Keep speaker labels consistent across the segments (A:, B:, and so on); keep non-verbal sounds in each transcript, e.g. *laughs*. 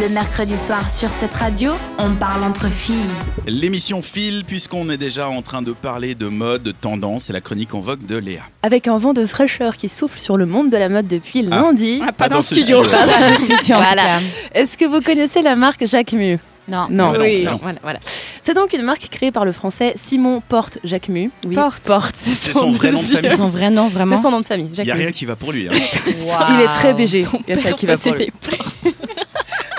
A: Le mercredi soir sur cette radio, on parle entre filles.
B: L'émission file puisqu'on est déjà en train de parler de mode, de tendance et la chronique en vogue de Léa.
C: Avec un vent de fraîcheur qui souffle sur le monde de la mode depuis
B: Ah.
C: lundi.
B: pas dans ce studio.
C: Pas dans le studio, en tout
D: Voilà.
C: cas. Est-ce que vous connaissez la marque Jacquemus
D: Non.
C: Non.
B: Ah bah Oui. non, bah non.
C: Voilà, voilà. C'est donc une marque créée par le français Simon Porte Jacquemus. Oui,
D: Porte.
C: c'est
B: son vrai nom de
C: deuxième-
B: famille.
D: Ils sont vraiment,
C: C'est
D: vraiment.
C: son nom de famille,
B: Il n'y a
C: Jacquemus.
B: rien qui va pour
C: *laughs*
B: lui. Hein.
C: Il est très BG.
D: Son
C: Il y a ça
D: père
C: qui va
D: faisait
C: pour lui.
D: des-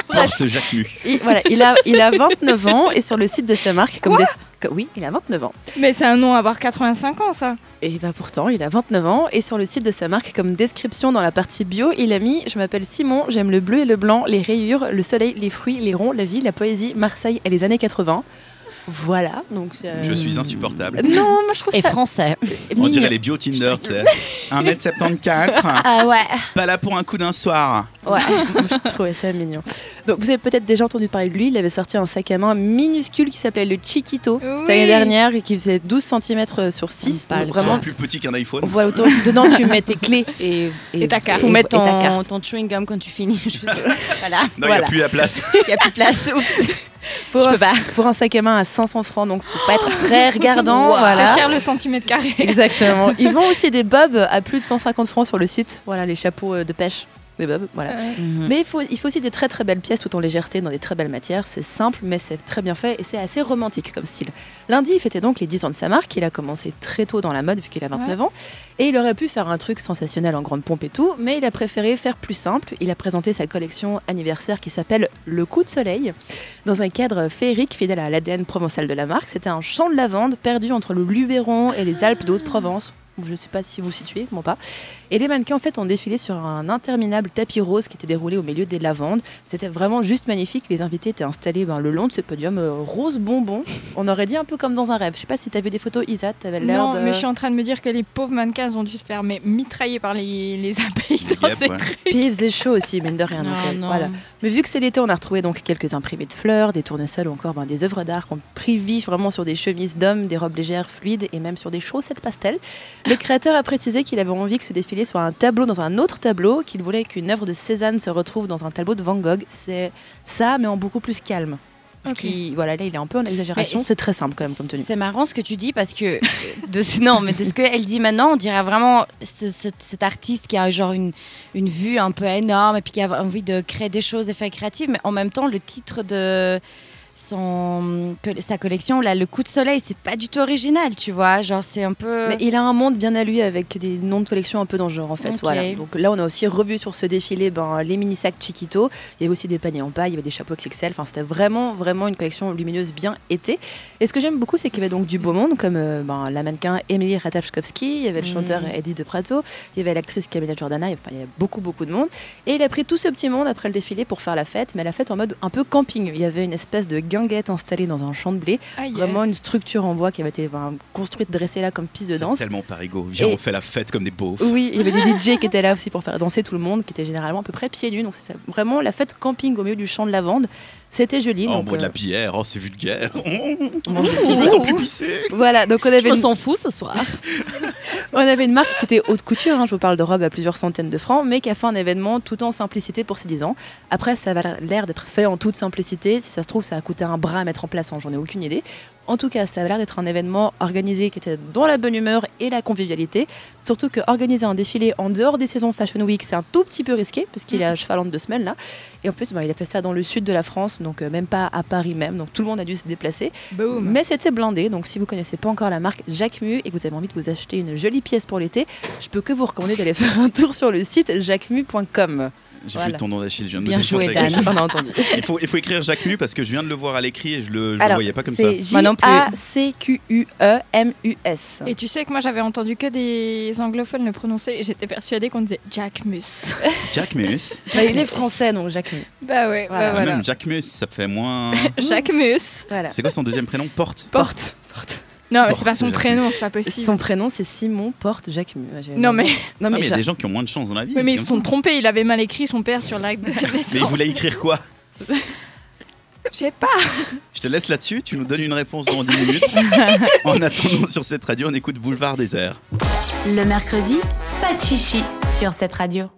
B: Porte Jacques Mu.
C: Il, voilà, il a, il a 29 ans et sur le site de sa marque, comme des- que- oui, il a 29 ans.
E: Mais c'est un nom à avoir 85 ans, ça.
C: Et bah pourtant, il a 29 ans et sur le site de sa marque, comme description dans la partie bio, il a mis Je m'appelle Simon, j'aime le bleu et le blanc, les rayures, le soleil, les fruits, les ronds, la vie, la poésie, Marseille et les années 80. Voilà, donc. euh,
B: Je suis insupportable.
C: Non, moi je trouve
D: Et
C: ça.
D: français.
B: On
C: mignon.
B: dirait les bio Tinder, tu sais.
C: *laughs*
B: 1m74,
C: Ah ouais,
B: pas là pour un coup d'un soir.
C: ouais. Moi, je trouvais ça mignon. Donc vous avez peut-être déjà entendu parler de lui. Il avait sorti un sac à main minuscule qui s'appelait le Chiquito cette
E: Oui.
C: année dernière et qui faisait 12 cm sur 6.
D: Pas
C: donc
D: le
C: vraiment.
B: Soit plus petit qu'un iPhone.
C: Voilà, autant- dedans tu mets tes clés et,
E: Et ta carte.
C: Pour mettre
D: Et ta
C: ton-
D: carte. ton chewing gum quand tu finis. juste-
B: *laughs*
D: Voilà.
B: Non, il n'y
C: voilà.
B: a plus la
C: *laughs*
B: place.
D: Il n'y a plus de place. Oups.
C: pour
D: Je
C: un
D: peux pas.
C: pour un sac à main à 500 francs, donc faut pas être très regardant.
D: Wow.
C: voilà.
E: C'est cher le centimètre carré.
C: Exactement. Ils vendent aussi des bobs à plus de 150 francs sur le site. Voilà, les chapeaux euh, de pêche, des bobs, voilà.
E: Euh,
D: Mm. Mhm.
C: Mais il faut, il faut aussi des très très belles pièces tout en légèreté, dans des très belles matières. C'est simple, mais c'est très bien fait et c'est assez romantique comme style. Lundi, il fêtait donc les 10 ans de sa marque. Il a commencé très tôt dans la mode, vu qu'il a 29 ans. Et il aurait pu faire un truc sensationnel en grande pompe et tout, mais il a préféré faire plus simple. Il a présenté sa collection anniversaire qui s'appelle Le coup de soleil, dans un cadre féerique fidèle à l'ADN provençal de la marque. C'était un champ de lavande perdu entre le Luberon et les Alpes de Haute-Provence. Je ne sais pas si vous situez, bon pas. Et les mannequins, en fait, ont défilé sur un interminable tapis rose qui était déroulé au milieu des lavandes. C'était vraiment juste magnifique. Les invités étaient installés ben, le long de ce podium euh, rose bonbon. On aurait dit un peu comme dans un rêve. Je sais pas si tu as vu des photos, Isa, tu avais l'air
E: Non,
C: de...
E: mais je suis en train de me dire que les pauvres mannequins ils ont dû se faire mais, mitrailler par les, les *laughs* abeilles
B: Les
E: dans
B: guêpes,
E: ces
B: ouais.
E: trucs.
C: Puis il faisait chaud aussi, mine de rien. donc,
D: Non,
C: euh,
D: non.
C: Voilà. Mais vu que c'est l'été, on a retrouvé donc quelques imprimés de fleurs, des tournesols ou encore ben, des œuvres d'art qu'on prit vie vraiment sur des chemises d'hommes, des robes légères, fluides et même sur des chaussettes pastel. Le créateur a précisé qu'il avait envie que ce défilé soit un tableau dans un autre tableau, qu'il voulait qu'une œuvre de Cézanne se retrouve dans un tableau de Van Gogh. C'est ça, mais en beaucoup plus calme. Ce
E: Ok.
C: qui, voilà, là, il est un peu en exagération.
D: Mais
C: C'est très simple quand même comme tenue.
D: C'est marrant ce que tu dis parce que euh, de ce, non, mais de ce qu'elle dit maintenant, on dirait vraiment ce- ce- cet artiste qui a genre une, une vue un peu énorme et puis qui a envie de créer des choses et faire créative, mais en même temps le titre de son que- sa collection là, le coup de soleil, c'est pas du tout original, tu vois, genre c'est un peu.
C: Mais il a un monde bien à lui avec des noms de collections un peu dans ce genre en fait.
D: Ok.
C: Voilà. Donc là, on a aussi revu sur ce défilé ben, les mini sacs Chiquito. Il y avait aussi des paniers en paille, il y avait des chapeaux XXL. Enfin, c'était vraiment, vraiment une collection lumineuse bien été. Et ce que j'aime beaucoup, c'est qu'il y avait donc du beau monde comme euh, ben, la mannequin Emily Ratajkowski, il y avait le
D: Mhm.
C: chanteur Eddie De Prato, il y avait l'actrice Camilla Jordana. Il y avait- enfin, il y avait beaucoup, beaucoup de monde. Et il a pris tout ce petit monde après le défilé pour faire la fête, mais la fête en mode un peu camping. Il y avait une espèce de guinguette installée dans un champ de blé,
E: Ah, yes.
C: vraiment une structure en bois qui avait été ben, construite, dressée là comme piste de
B: C'est
C: danse.
B: tellement parigo. Viens,
C: Et-
B: on fait la fête comme des beaufs.
C: Oui, il y avait des DJ qui étaient là aussi pour faire danser tout le monde, qui étaient généralement à peu près pieds nus. Donc c'est ça, vraiment la fête camping au milieu du champ de lavande. C'était joli.
B: Oh, on
C: donc,
B: boit de
C: euh,
B: la bière, oh, c'est vulgaire.
C: on mange
B: *laughs*
C: des
B: Je
C: petits
B: me
C: bouts.
B: sens plus pissé.
C: *laughs* Voilà, donc on
D: je
C: avait,
D: me
C: une,
D: sens fou ce soir.
C: on avait une marque qui était haute couture, hein, je vous parle de robes à plusieurs centaines de francs, mais qui a fait un événement tout en simplicité pour ses 10 ans. Après, ça a l'air d'être fait en toute simplicité. Si ça se trouve, ça a coûté un bras à mettre en place, hein, j'en ai aucune idée. En tout cas, ça a l'air d'être un événement organisé qui était dans la bonne humeur et la convivialité. Surtout que organiser un défilé en dehors des saisons Fashion Week, c'est un tout petit peu risqué, parce qu'il est à cheval entre deux semaines là. Et en plus, bah, il a fait ça dans le sud de la France, donc euh, même pas à Paris même. Donc tout le monde a dû se déplacer.
E: Boom.
C: Mais c'était blindé, donc si vous connaissez pas encore la marque Jacquemus et que vous avez envie de vous acheter une jolie pièce pour l'été, je peux que vous recommander d'aller *laughs* faire un tour sur le
B: *laughs*
C: site jacquemus.com.
B: J'ai
C: Voilà.
B: plus ton nom d'Achille, je viens de
D: Bien
B: me défoncer
D: joué,
B: avec
D: Dan.
B: ça.
C: On a entendu.
B: *laughs* Il faut, il faut écrire Jacques Mu parce que je viens de le voir à l'écrit et je le, je le
C: Alors,
B: voyais pas comme ça.
C: c'est
D: Moi non plus.
C: E J-A-C-Q-U-E-M-U-S.
E: Et tu sais que moi j'avais entendu que des anglophones le prononcer et j'étais persuadée qu'on disait Jackmus.
B: Jacques Mus.
C: Bah, il est français donc Jacquemus.
E: *laughs* bah
C: Voilà.
E: ouais, bah
B: Ah,
E: voilà.
B: Même Jacques Mus, ça fait
E: *laughs*
B: moins.
E: Jackmus.
C: Voilà.
B: C'est quoi son deuxième prénom Porte.
E: Porte. Non, mais
B: Porte,
E: c'est pas son
B: Jacquemus.
E: prénom, c'est pas possible.
C: Son prénom c'est Simon Porte Jacquemus. Ouais, j'ai-
E: Non, mais,
C: non
B: Ah,
C: mais,
B: mais il y a
C: Ja-
B: des gens qui ont moins de chance dans la vie.
E: oui, mais ils
B: c'est
E: se
B: comme
E: sont trompés, il avait mal écrit son
B: *laughs*
E: père sur l'acte de la naissance.
B: ça. Mais ils voulaient écrire quoi
E: Je sais pas.
B: Je te laisse là-dessus, tu nous donnes une réponse dans 10
E: *laughs*
B: minutes. en attendant, sur cette radio, on écoute Boulevard Désert.
A: Le mercredi, pas de chichi sur cette radio.